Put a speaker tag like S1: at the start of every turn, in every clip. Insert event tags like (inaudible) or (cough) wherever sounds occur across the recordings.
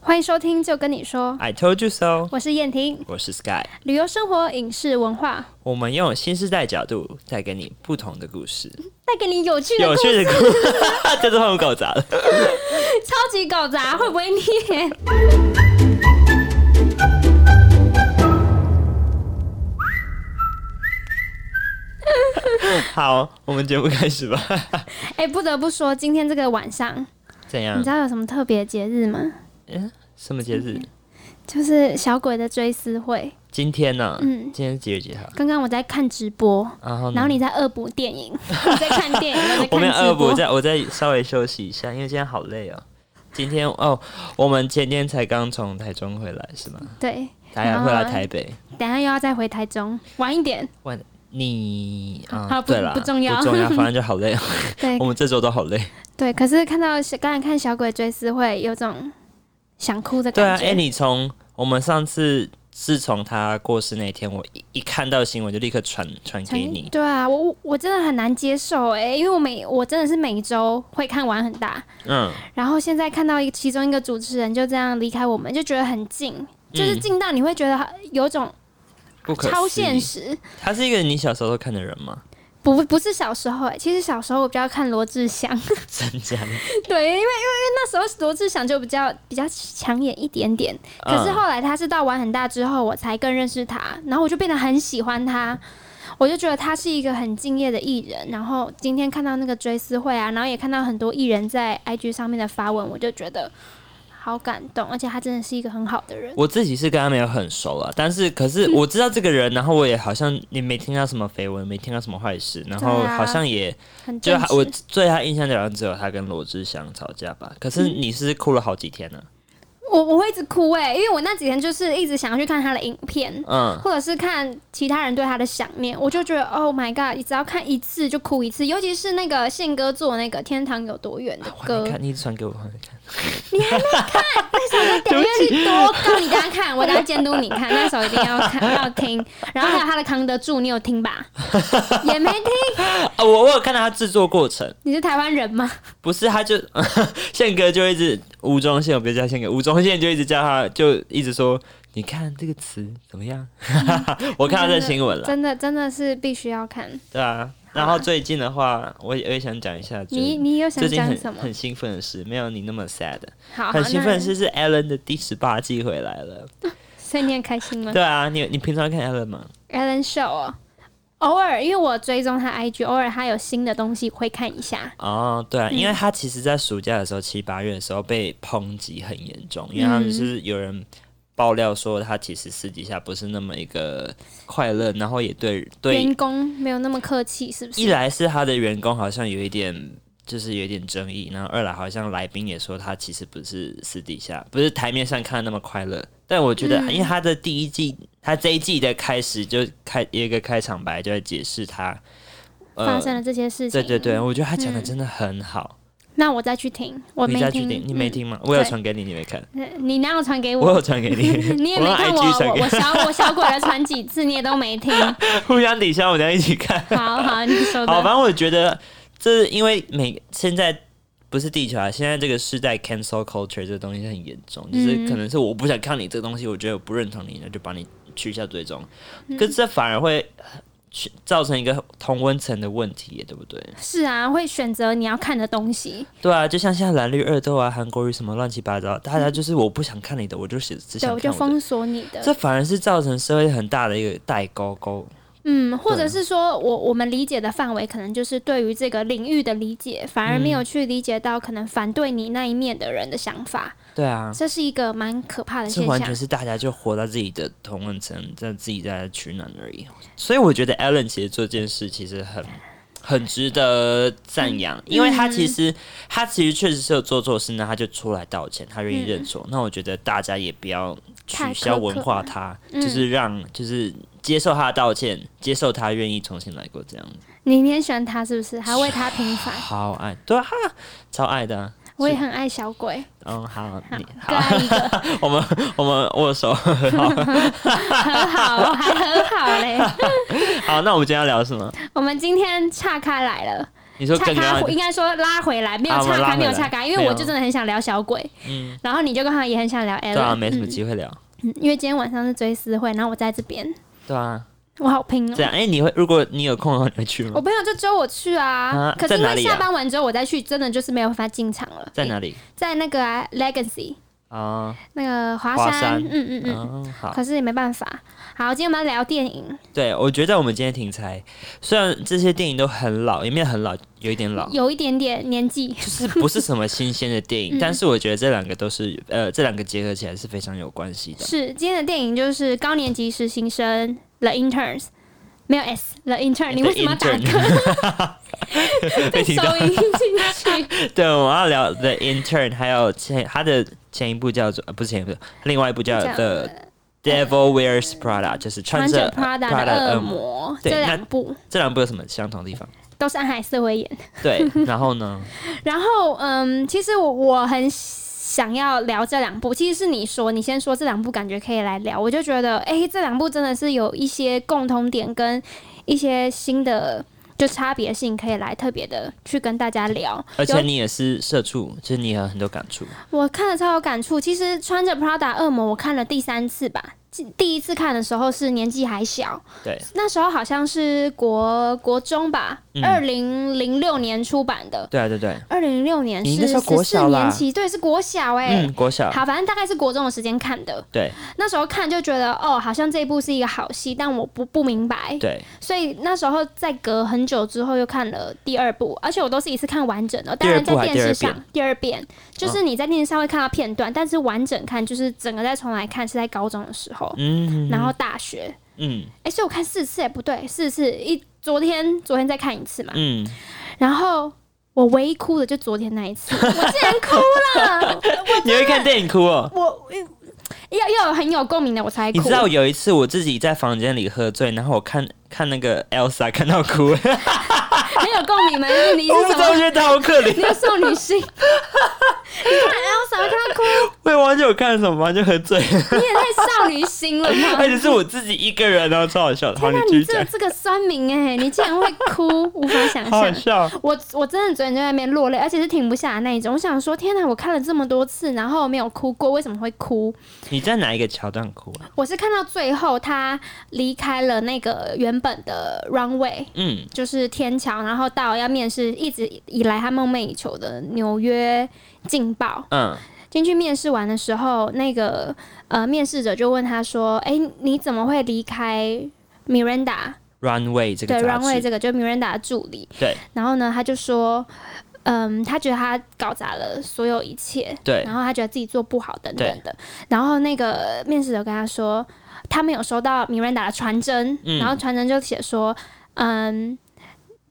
S1: 欢迎收听，就跟你说，
S2: I told you so。
S1: 我是燕婷。
S2: 我是 Sky，
S1: 旅游、生活、影视、文化，
S2: 我们用新时代角度带给你不同的故事，
S1: 带给你有趣的
S2: 有
S1: 故事，
S2: 趣的故事， (laughs) 这次换我搞砸了。
S1: 超级搞砸，会不会念？ (laughs)
S2: 好，我们节目开始吧。 (laughs)
S1: 哎、不得不说，今天这个晚上，
S2: 怎
S1: 你
S2: 样嗯
S1: 知？道有什么特别节日吗？
S2: 什么节日？
S1: 就是小鬼的追思会。
S2: 今天呢？
S1: 嗯
S2: 今天是几月几号？
S1: 刚刚我在看直播，
S2: 然后呢？
S1: 然后你在恶补电
S2: (laughs)
S1: 影，你在看电影，我在
S2: 哦我没有
S1: 看直
S2: 恶补，
S1: 播
S2: 我。再我再稍微休息一下，因为今天好累哦。今天哦，我们前天才刚从台中回来是吗？
S1: 对，
S2: 大家
S1: 啊
S2: 回来台北，
S1: 等一下又要再回台中，晚一点。
S2: 你啊、
S1: 好不
S2: 对啦，
S1: 不重要
S2: 不重要，反正就好累哦。
S1: (laughs) 对
S2: 我们这周都好累。
S1: 对，可是看到小刚才看小鬼追思会，有种想哭的
S2: 对啊，
S1: 感
S2: 哎、
S1: 觉。
S2: 你从我们上次自从他过世那天，我一一看到新闻就立刻传传给你。
S1: 对啊，我我我真的很难接受哎、因为我每我真的是每一周会看完很大，
S2: 嗯，
S1: 然后现在看到一其中一个主持人就这样离开我们，就觉得很近，就是
S2: 嗯
S1: 近到你会觉得有种
S2: 不可
S1: 超
S2: 思
S1: 现
S2: 议。
S1: 实。
S2: 他是一个你小时候都看的人吗？ (laughs)
S1: 不不是小时候哎、其实小时候我比较看罗志祥， (laughs)
S2: 真假的？
S1: 对，因为因为因为那时候罗志祥就比较比较抢眼一点点，可是
S2: 嗯
S1: 后来他是到玩很大之后，我才更认识他，然后我就变得很喜欢他，我就觉得他是一个很敬业的艺人。然后今天看到那个追思会啊，然后也看到很多艺人在 IG 上面的发文，我就觉得好感动，而且他真的是一个很好的人。
S2: 我自己是跟他没有很熟了，但是可是我知道这个人，然后我也好像也没听到什么绯闻，没听到什么坏事，然后
S1: 对啊
S2: 好像也
S1: 很
S2: 就
S1: 正
S2: 他
S1: 直
S2: 我对他印象里好像只有他跟罗志祥吵架吧。可是你是哭了好几天呢、
S1: 我我会一直哭哎、因为我那几天就是一直想要去看他的影片。
S2: 嗯，
S1: 或者是看其他人对他的想念，我就觉得 Oh my God！你只要看一次就哭一次，尤其是那个宪哥做那个《天堂有多远》的
S2: 啊我还
S1: 歌
S2: 没，看，你一直传给我，我还没看。
S1: 点阅率多高？你等下看，我等下监督你看，那时候一定要看要听。然后还有他的扛得住，你有听
S2: (laughs)
S1: 吧？也没听，
S2: 啊，我我有看到他制作过程。
S1: 你是台湾人吗？
S2: 不是，他就 (laughs) 宪哥就一直吴宗宪，我别叫宪哥，吴宗宪就一直叫他，就一直说，你看这个词怎么样？ (laughs) 我看到这新闻了，
S1: 嗯真的真的是必须要看。
S2: 对啊。然后最近的话，我也我也想讲一下，就是
S1: 你你有想
S2: 最近
S1: 讲
S2: 很
S1: 什么？
S2: 很兴奋的事，没有你那么 sad，
S1: 好，好
S2: 很兴奋的，
S1: 那
S2: 是是 Ellen 的第十八季回来了。
S1: 所以你很开心吗
S2: 对啊，你你平常看 Ellen 吗？
S1: ？Alan Show 哦，偶尔因为我追踪他 IG，偶尔他有新的东西会看一下。
S2: 哦，对啊，
S1: 嗯
S2: 因为他其实，在暑假的时候，七八月的时候被抨击很严重，
S1: 嗯
S2: 因为他们就是有人爆料说他其实私底下不是那么一个快乐，然后也对对
S1: 员，工没有那么客气，是不
S2: 一
S1: 是？
S2: 来是他的员工好像有一点。就是有一点争议，然后二来好像来宾也说他其实不是私底下，不是台面上看的那么快乐。但我觉得，
S1: 嗯
S2: 因为他的第一季，他这一季的开始就开有一个开场白，就在解释他，
S1: 发生嗯了这些事情，
S2: 呃对对对，我觉得他讲的真的很好。
S1: 那我再去听，我
S2: 你
S1: 没
S2: 再去
S1: 听
S2: 听，，你没
S1: 嗯？
S2: 听吗？我有
S1: 对
S2: 传给你，你
S1: (laughs)
S2: 没看，
S1: 你哪有传给
S2: 我有传给你，
S1: (laughs) 你也
S2: 我
S1: 没
S2: 用
S1: 看
S2: IG
S1: 我，
S2: 传
S1: 我
S2: 给
S1: 我小我小鬼儿传几次，你也都没
S2: (laughs)
S1: 听。
S2: 互相抵消，我们一起看。
S1: 好好，你说
S2: 好，反
S1: 的。
S2: 正我觉得这因为每现在不是地球啊，现在这个时代 cancel culture 这个东西很严重，
S1: 嗯
S2: 就是可能是我不想看你这个东西，我觉得我不认同你，那就把你取消追踪。
S1: 嗯
S2: 可是这反而会去造成一个同温层的问题耶，对不对？
S1: 是啊，会选择你要看的东西。
S2: 对啊，就像现在蓝绿二斗啊、韩国语什么乱七八糟，大家就是我不想看你的，我就只
S1: 嗯对，
S2: 只想
S1: 我就
S2: 看我的。
S1: 封锁你
S2: 这
S1: 的。
S2: 反而是造成社会很大的一个代沟沟。
S1: 嗯，或者
S2: 对
S1: 是说我我们理解的范围，可能就是对于这个领域的理解，反而没有去理解到可能反对你那一面的人的想法，
S2: 对啊，
S1: 这是一个蛮可怕的
S2: 这
S1: 现
S2: 完
S1: 象
S2: 全。是大家就活在自己的同温层，在自己在取暖而已。所以我觉得 Ellen 其实做这件事其实很很值得赞扬，因为他其实他其实确实是有做错事，那他就出来道歉，他愿意认错。那我觉得大家也不要取消文化他，就是让就是接受他的道歉，接受他愿意重新来过这样子。
S1: 你你很喜欢他是不是？还为他平反，
S2: 好爱，对啊，超爱的啊、
S1: 我也很爱小鬼，
S2: 嗯，好，你
S1: 各爱一个， (laughs)
S2: 我们我们握手。 (laughs)
S1: 很好，还很好嘞。
S2: (laughs) 好，那我们今天要聊什么？
S1: 我们今天岔开来了，
S2: 你说
S1: 岔
S2: 更
S1: 开
S2: 刚，
S1: 应该说拉回来，没有
S2: 啊我
S1: 岔
S2: 们拉
S1: 开，
S2: 回
S1: 没有
S2: 来
S1: 岔开，因为
S2: 没
S1: 我
S2: 有
S1: 就真的很想聊小鬼，
S2: 嗯，
S1: 然后你就刚好也很想聊 Ellen，、
S2: 对啊，没什么机会聊，
S1: 嗯因为今天晚上是追思会，然后我在这边，
S2: 对啊，
S1: 我好拼哦
S2: 这。样，哎，你会如果你有空的话，你会去
S1: 我
S2: 吗？
S1: 朋友就揪我去啊，
S2: 啊
S1: 可是因
S2: 在哪
S1: 为
S2: 里啊
S1: 下班完之后我再去，真的就是没有办法进场了。
S2: 在哪里
S1: 在那个、啊、Legacy
S2: 啊？
S1: 那个华
S2: 华
S1: 山，
S2: 山
S1: 嗯嗯嗯。
S2: 嗯，好，
S1: 可是也没办法。好，今天我们要聊电影，
S2: 对，我觉得我们今天停才，虽然这些电影都很老，也没有很老，有一点老，
S1: 有一点点年纪，
S2: 就是不是什么新鲜的电
S1: 嗯
S2: 影，但是我觉得这两个都是，呃，这两个结合起来是非常有关系
S1: (laughs)
S2: 的。
S1: 是今天的电影就是高年级实习生 The Interns，没有 S The Intern，你为啊什么要打
S2: The
S1: 嗝？
S2: 被
S1: 再
S2: 听到
S1: 收音进
S2: (laughs)
S1: 去。
S2: (laughs) 对，我们要聊 The Intern，还有前他的前一部叫做，呃、不是前一部，另外一部叫
S1: 叫
S2: The Devil Wears Prada，就是穿
S1: 穿着
S2: 着
S1: Prada 的
S2: 的
S1: 恶
S2: 恶魔。
S1: 魔，
S2: 对
S1: 这
S2: 那
S1: 两部
S2: 这两部有什么相同的地方？
S1: 都是安海瑟薇演。 (laughs)
S2: 对，然后呢？
S1: 然后，嗯，其实我我很想要聊这两部，其实是你说，你先说这两部，感觉可以来聊。我就觉得，哎、这两部真的是有一些共同点跟一些新的就差别性，可以来特别的去跟大家聊。
S2: 而且
S1: 有
S2: 你也是社畜，就是你有很多感触。
S1: 我看了超有感触。其实穿着 Prada 恶魔，我看了第三次吧。第第一次看的时候是年纪还小，
S2: 对，
S1: 那时候好像是国国中吧
S2: 嗯，
S1: 二零零六年出版的。
S2: 对啊，对对，
S1: 二零零六年
S2: 你那
S1: 是
S2: 时候国
S1: 十
S2: 小
S1: 四
S2: 啦
S1: 年级，对，是国小哎、
S2: 嗯，国小，
S1: 好，反正大概是国中的时间看的，
S2: 对
S1: 那时候看就觉得哦，好像这一部是一个好戏，但我不不明白，
S2: 对，
S1: 所以那时候在隔很久之后又看了第二部，而且我都是一次看完整的，
S2: 第
S1: 当
S2: 二
S1: 然
S2: 部
S1: 在
S2: 还
S1: 电
S2: 第二
S1: 视
S2: 遍
S1: 上第二遍，就是你在电视上会看到片段，但是完整看就是整个再重来看是在高中的时候，
S2: 嗯，
S1: 然后大学，
S2: 嗯
S1: 哎、所以我看四次，哎，不对，四次一昨天昨天再看一次嘛，
S2: 嗯，
S1: 然后。我唯一哭的就昨天那一次，我竟然哭了，
S2: 你会看电影哭哦。
S1: 我要要有很有共鸣的我才哭。
S2: 你知道有一次我自己在房间里喝醉，然后我看看那个 Elsa 看到
S1: (laughs)
S2: 哭，我
S1: 很有共鸣吗？因为你
S2: 不
S1: 是
S2: 知
S1: 什
S2: 道
S1: 么？
S2: 觉得她好可
S1: 你
S2: 怜。
S1: 是少女心。你 (laughs) 看 Elsa 看哎她哭，
S2: 我也忘记我看了什么，就喝醉，
S1: 你也太少女心了吧
S2: 而？且是我自己一个人，然后超好笑的。好，
S1: 天
S2: 你
S1: 哪，
S2: 继
S1: 你
S2: 续
S1: 这
S2: 讲，
S1: 这个酸民哎、你竟然会哭，无法想
S2: 好好
S1: 象。
S2: 笑。
S1: 我我真的昨天就在那边落泪，而且是停不下来那一种。我想说，天哪，我看了这么多次，然后没有哭过，为什么会哭？
S2: 你在哪一个桥段哭啊？
S1: 我是看到最后他离开了那个原本的 runway，
S2: 嗯，
S1: 就是天桥，然后到要面试，一直以来他梦寐以求的纽约劲爆。
S2: 嗯，
S1: 进去面试完的时候，那个呃面试者就问他说：“哎、你怎么会离开 Miranda？”
S2: Runway 这
S1: 对
S2: 个杂
S1: ，Runway
S2: 志，
S1: 这个就是 Miranda 的助理。
S2: 对。
S1: 然后呢，他就说：“嗯，他觉得他搞砸了所有一切，
S2: 对
S1: 然后他觉得自己做不好等等的。”然后那个面试者跟他说：“他没有收到 Miranda 的传真，
S2: 嗯
S1: 然后传真就写说：‘嗯，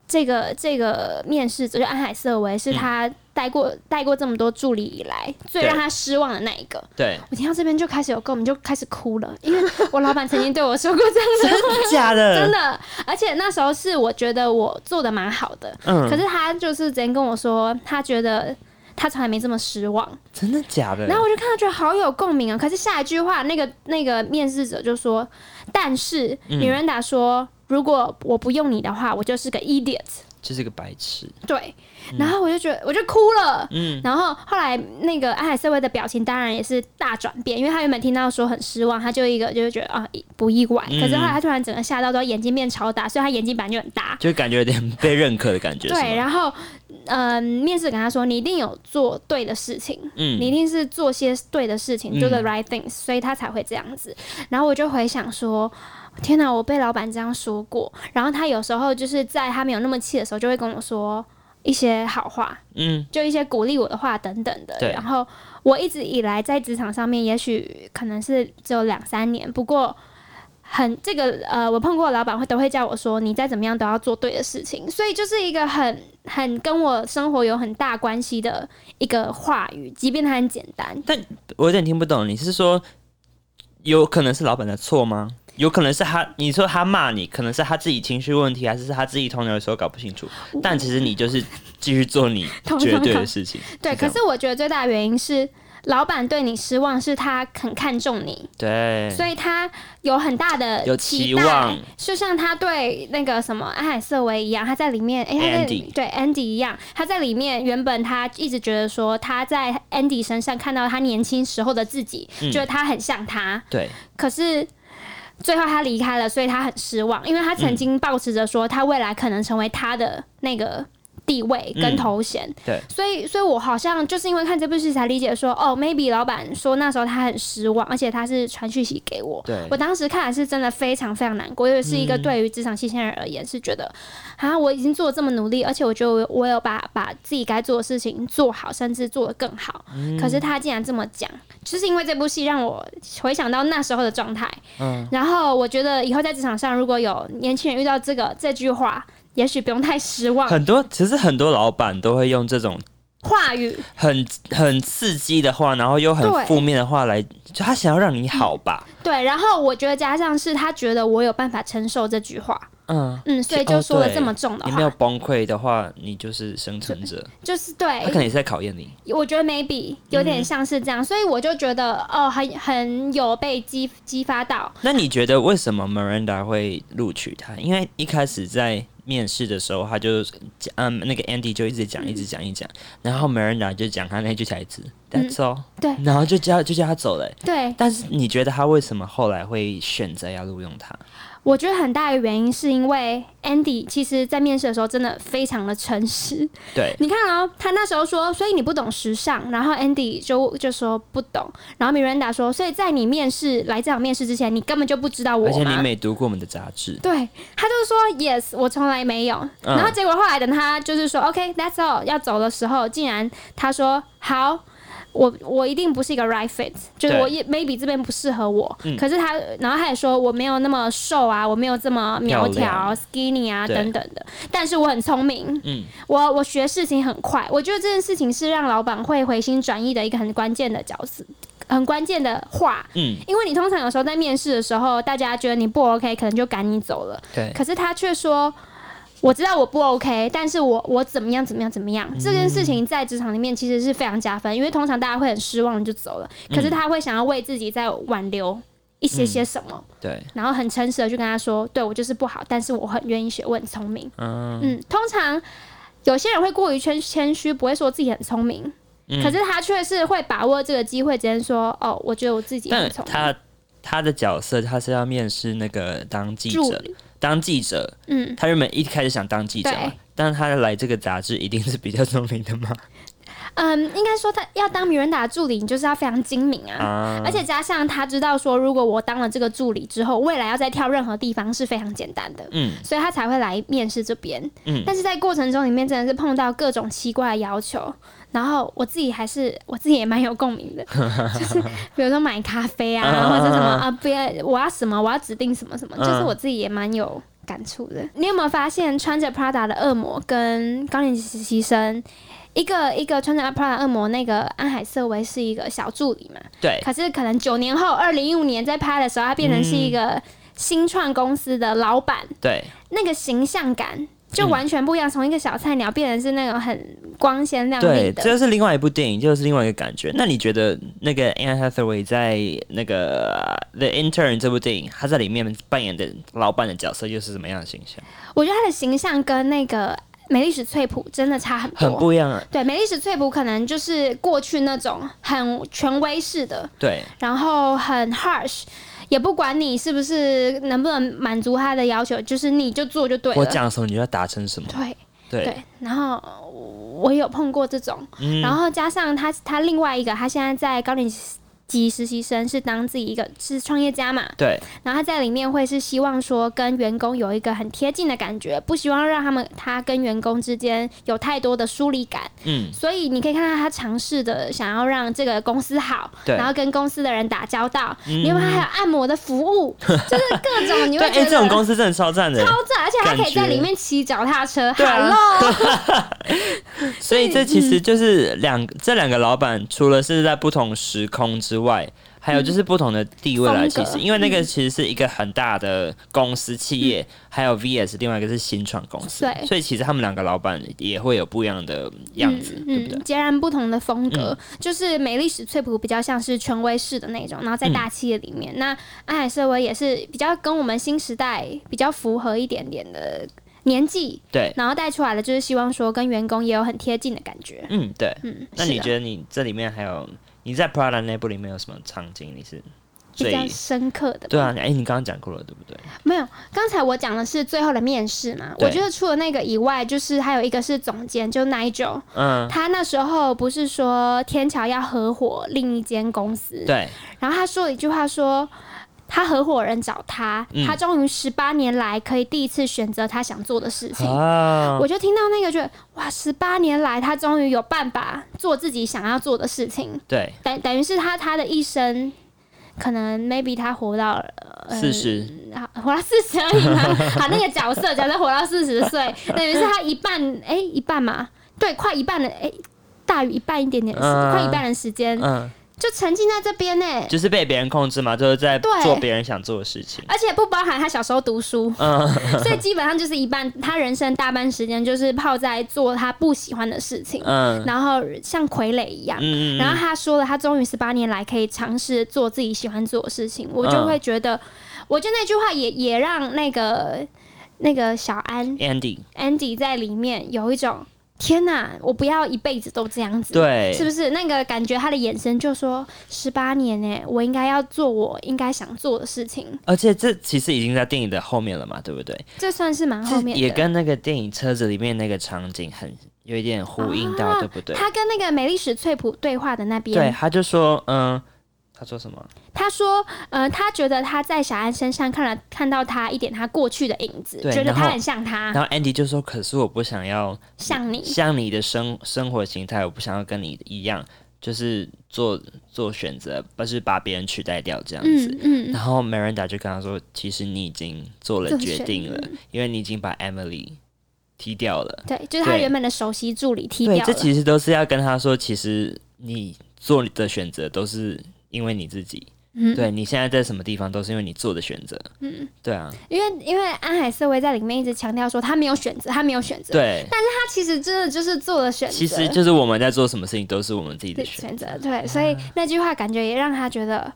S1: 这个这个面试者就安海瑟薇是
S2: 嗯
S1: 他带过带过这么多助理以来最
S2: 对
S1: 让他失望的那一个。’ (laughs)
S2: 对，
S1: 我听到这边就开始有共鸣，就开始哭了，因为我老板曾经对我说过这样
S2: 真
S1: 子，
S2: 的假的？
S1: 真
S2: (laughs)
S1: 的。而且那时候是我觉得我做的蛮好的，
S2: 嗯，
S1: 可是他就是直接跟我说，他觉得他从来没这么失望。
S2: 真的假的？
S1: 然后我就看到觉得好有共鸣啊。可是下一句话，那个那个面试者就说，但是
S2: 嗯
S1: 女人达说，如果我不用你的话，我就是个 idiot。
S2: 就是个白痴。
S1: 对，然后我就觉得我就哭了。
S2: 嗯，
S1: 然后后来那个安海瑟薇的表情当然也是大转变，因为她原本听到说很失望，她就一个就是觉得啊不意外，
S2: 嗯
S1: 可是后来她突然整个吓到，都眼睛变超大，所以她眼睛本来就很大。
S2: 就感觉有点被认可的感觉。
S1: 对，
S2: 是吗，
S1: 然后嗯，面试跟她说你一定有做对的事情，你一
S2: 嗯，
S1: 定是做些对的事情，
S2: 嗯
S1: 做 the right things，、所以她才会这样子。然后我就回想说。天哪，我被老板这样说过。然后他有时候就是在他没有那么气的时候，就会跟我说一些好话，
S2: 嗯，
S1: 就一些鼓励我的话等等的
S2: 对。
S1: 然后我一直以来在职场上面，也许可能是只有两三年，不过很这个呃，我碰过的老板会都会叫我说，你再怎么样都要做对的事情，所以就是一个很 (laughs) 很跟我生活有很大关系的一个话语，即便它很简单。
S2: 我有点听不懂，你是说有可能是老板的错吗？有可能是他，你说他骂你，可能是他自己情绪问题，还是是他自己头脑有时候搞不清楚？但其实你就是继续做你
S1: 头脑 (laughs)
S2: 绝对
S1: 搞
S2: 的事情。
S1: 对，
S2: 这
S1: 可
S2: 样
S1: 是我觉得最大的原因是。老板对你失望是他很看重你，
S2: 对，
S1: 所以他有很大的
S2: 有
S1: 期
S2: 期
S1: 待
S2: 望，
S1: 就像他对那个什么安海瑟薇一样，他在里面，哎、他在
S2: Andy
S1: 对 Andy 一样，他在里面原本他一直觉得说他在 Andy 身上看到他年轻时候的自己，
S2: 嗯
S1: 觉得他很像他，
S2: 对，
S1: 可是。最后他离开了，所以他很失望，因为他曾经抱持着说他未来可能成为他的那个地位跟
S2: 嗯
S1: 头衔、
S2: 对
S1: 所以所以我好像就是因为看这部戏才理解说，哦，maybe 老板说那时候他很失望，而且他是传讯息给我，
S2: 对
S1: 我当时看了是真的非常非常难过，因为是一个对于职场新鲜人而言是觉得，啊，我已经做了这么努力，而且我觉得我我有把把自己该做的事情做好，甚至做得更好，
S2: 嗯
S1: 可是他竟然这么讲，就是因为这部戏让我回想到那时候的状态，
S2: 嗯
S1: 然后我觉得以后在职场上如果有年轻人遇到这个这句话，也许不用太失望，
S2: 很多其实很多老板都会用这种
S1: 话语
S2: 很很刺激的话，然后又
S1: 对
S2: 很负面的话来，就他想要让你好吧，
S1: 对，然后我觉得加上是他觉得我有办法承受这句话，
S2: 嗯，
S1: 嗯，所以
S2: 哦
S1: 就说了
S2: 对
S1: 这么重的
S2: 你
S1: 话，
S2: 没有崩溃的话，你就是生存者，
S1: 就是哎
S2: 他
S1: 对
S2: 可，能也嗯是在考验你，
S1: 我觉得 maybe 有点像是这样，所以我就觉得哦，很很有被激激发到，
S2: 那你觉得为什么 Miranda 会录取他？因为一开始在面试的时候，他就讲，嗯，那个 Andy 就一直讲，一直讲，一直讲，然后 Miranda 就讲他那句台词
S1: 嗯
S2: ，That's all，、
S1: 对
S2: 然后就叫就叫他走了、
S1: 对
S2: 但是你觉得他为什么后来会选择要录用他？
S1: 我觉得很大的原因是因为 Andy 其实在面试的时候真的非常的诚实，
S2: 对，
S1: 你看哦，他那时候说，所以你不懂时尚，然后 Andy 就就说不懂，然后 Miranda 说，所以在你面试来这场面试之前，你根本就不知道我啊
S2: 而且你
S1: 吗
S2: 没读过我们的杂志，
S1: 对，他就说 yes，我从来没有。
S2: 嗯
S1: 然后结果后来等他就是说 OK，that's、all 要走的时候，竟然他说好，我我一定不是一个 right fit，就是
S2: 对
S1: 我也 maybe 这边不适合我。
S2: 嗯
S1: 可是他，然后他也说我没有那么瘦啊，我没有这么苗条
S2: 漂亮
S1: skinny 啊
S2: 对
S1: 等等的，但是我很聪明，
S2: 嗯，
S1: 我我学事情很快。我觉得这件事情是让老板会回心转意的一个很关键的角色，很关键的话。
S2: 嗯，
S1: 因为你通常有时候在面试的时候，大家觉得你不 OK，可能就赶你走了。
S2: 对，
S1: 可是他却说：“我知道我不 OK，但是我我怎么样怎么样怎么样。”
S2: 嗯
S1: 这件事情在职场里面其实是非常加分，因为通常大家会很失望你就走了，
S2: 嗯
S1: 可是他会想要为自己再挽留一些些什么，
S2: 对，
S1: 然后很诚实的去跟他说：“对我就是不好，但是我很愿意学，我很聪明。”
S2: 嗯，
S1: 嗯，通常有些人会过于谦谦虚，不会说自己很聪明。
S2: 嗯
S1: 可是他却是会把握这个机会，直接说：“哦，我觉得我自己
S2: 但
S1: 很聪明。”
S2: 他他的角色他是要面试那个当记
S1: 助
S2: 者，当记者，
S1: 嗯，
S2: 他原本一开始想当记者嘛
S1: 对，
S2: 但是他来这个杂志一定是比较聪明
S1: (laughs)
S2: 的嘛，
S1: 嗯，应该说他要当名人打助理，你就是要非常精明啊。
S2: 啊，
S1: 而且加上他知道说，如果我当了这个助理之后，未来要再跳任何地方是非常简单的，
S2: 嗯
S1: 所以他才会来面试这边。
S2: 嗯
S1: 但是在过程中里面真的是碰到各种奇怪的要求，然后我自己还是我自己也蛮有共鸣
S2: (laughs)
S1: 的，就是比如说买咖啡啊，或者什么啊，不要我要什么，我要指定什么什么，就是
S2: 嗯
S1: 我自己也蛮有。感触的，你有没有发现穿着 Prada 的恶魔跟高年级实习生，一个一个穿着 Prada 恶魔那个安海瑟薇是一个小助理嘛？
S2: 对，
S1: 可是可能九年后，二零一五年在拍的时候，他变成是一
S2: 嗯
S1: 个新创公司的老板，
S2: 对，
S1: 那个形象感就完全不一样，从、一个小菜鸟变成是那种很光鲜亮丽
S2: 对，
S1: 的。
S2: 这是另外一部电影，就是另外一个感觉。那你觉得那个 Anne Hathaway 在那个《The Intern》这部电影，她在里面扮演的老板的角色又是什么样的形象？
S1: 我觉得他的形象跟那个美丽史翠普真的差很多。
S2: 很不一样啊。
S1: 对，美丽史翠普可能就是过去那种很权威式的，
S2: 对，
S1: 然后很 harsh，也不管你是不是能不能满足他的要求，就是你就做就对了。
S2: 我讲什么你就要达成什么。
S1: 对，
S2: 对，嗯
S1: 对，然后我我有碰过这种，然后加上他他另外一个，他现在在高年级实习生是当自己一个是创业家嘛，
S2: 对，
S1: 然后他在里面会是希望说跟员工有一个很贴近的感觉，不希望让他们他跟员工之间有太多的疏离感，
S2: 嗯，
S1: 所以你可以看到他尝试的想要让这个公司好，
S2: 对嗯
S1: 然后跟公司的人打交道，另外还有按摩的服
S2: (laughs)
S1: 务，就是各种你
S2: 对，
S1: 会
S2: 哎、
S1: 觉
S2: 这种公
S1: 得。
S2: 司真的超赞的。
S1: 超赞，而且他可以在
S2: 感觉
S1: 里面骑脚踏车。
S2: 对啊
S1: Hello，
S2: (laughs) 所以这其实
S1: 嗯
S2: 就是两、这两个老板，除了是在不同时空之外，还有就是不同的地位啦。
S1: 嗯风
S2: 其
S1: 格嗯
S2: 实，因为那个其实是一个很大的公司企业，还有 VS 另外一个是新创公司
S1: 对，
S2: 所以其实他们两个老板也会有不一样的样子，对不对？嗯
S1: 嗯，截然不同的风格，就是美丽史翠普比较像是权威式的那种，然后在大企业里
S2: 嗯
S1: 面，那安海瑟薇也是比较跟我们新时代比较符合一点点的年纪，
S2: 对，
S1: 然后带出来的就是希望说跟员工也有很贴近的感觉。
S2: 嗯，对。
S1: 嗯，
S2: 那
S1: 是
S2: 你
S1: 啊
S2: 觉得你这里面还有你在 Prada 那部里面有什么场景你是
S1: 比
S2: 最
S1: 较深刻的吧
S2: 对啊？哎、你刚刚讲过了，对不对？
S1: 没有，刚才我讲的是最后的面试嘛。
S2: 对
S1: 我觉得除了那个以外，就是还有一个是总监，就 Nigel，
S2: 嗯，
S1: 他那时候不是说天桥要合伙另一间公司，
S2: 对，
S1: 然后他说了一句话说。他合伙人找他，
S2: 嗯
S1: 他终于十八年来可以第一次选择他想做的事情。
S2: 啊，
S1: 我就听到那个觉得，哇，十八年来他终于有办法做自己想要做的事情，
S2: 对，
S1: 等等于是他他的一生，可能 maybe 他活到了呃
S2: 四十，
S1: 啊，活到四十而已嘛。好，那个角色假设活到四十岁，等于是他一半，哎、一半嘛，对，快一半的，哎、大于一半一点点的时间，
S2: 嗯
S1: 快一半的时间，
S2: 嗯，
S1: 就沉浸在这边呢、
S2: 就是被别人控制嘛，就是在
S1: 对
S2: 做别人想做的事情。
S1: 而且不包含他小时候读书，
S2: 嗯
S1: (laughs) 所以基本上就是一半，他人生大半时间就是泡在做他不喜欢的事情，
S2: 嗯
S1: 然后像傀儡一样。
S2: 嗯
S1: 然后
S2: 嗯
S1: 他说了，他终于十八年来可以尝试做自己喜欢做的事情，我就
S2: 嗯
S1: 会觉得，我就那句话也也让那个那个小安
S2: ，Andy，
S1: Andy 在里面有一种天哪，我不要一辈子都这样子，，
S2: 对，
S1: 是不是？那个感觉，他的眼神就说十八年呢，我应该要做我应该想做的事情，
S2: 而且这其实已经在电影的后面了嘛，对不对？
S1: 这算是蛮后面的。
S2: 也跟那个电影车子里面那个场景很有一点呼应到，
S1: 啊
S2: 对不对？
S1: 他跟那个美丽史翠普对话的那
S2: 对，
S1: 边，
S2: 他就说，嗯，他说什么？
S1: 他说，呃，他觉得他在小安身上看了看到他一点他过去的影子，
S2: 对
S1: 觉得
S2: 然后
S1: 他很像他，
S2: 然后 Andy 就说：“可是我不想要
S1: 像你，
S2: 像你的生生活形态，我不想要跟你一样，就是做做选择，不是把别人取代掉这样子。
S1: 嗯嗯，
S2: 然后 Miranda 就跟他说：“其实你已经做了
S1: 做
S2: 决
S1: 选
S2: 定了
S1: 择，
S2: 因为你已经把 Emily 踢掉了。
S1: 对，就是他
S2: 对
S1: 原本的首席助理踢
S2: 对，
S1: 掉
S2: 这
S1: 了，
S2: 其实都是要跟他说，其实你做的选择都是因为你自己。
S1: 嗯
S2: 对你现在在什么地方，都是因为你做的选择。嗯，对啊，
S1: 因为因为安海瑟薇在里面一直强调说他没有选择，他没有选择，
S2: 对，
S1: 他其实真的就是做了选择，
S2: 其实就是我们在做什么事情，都是我们自己的
S1: 对
S2: 选择。嗯
S1: 选择对，所以那句话感觉也让他觉得，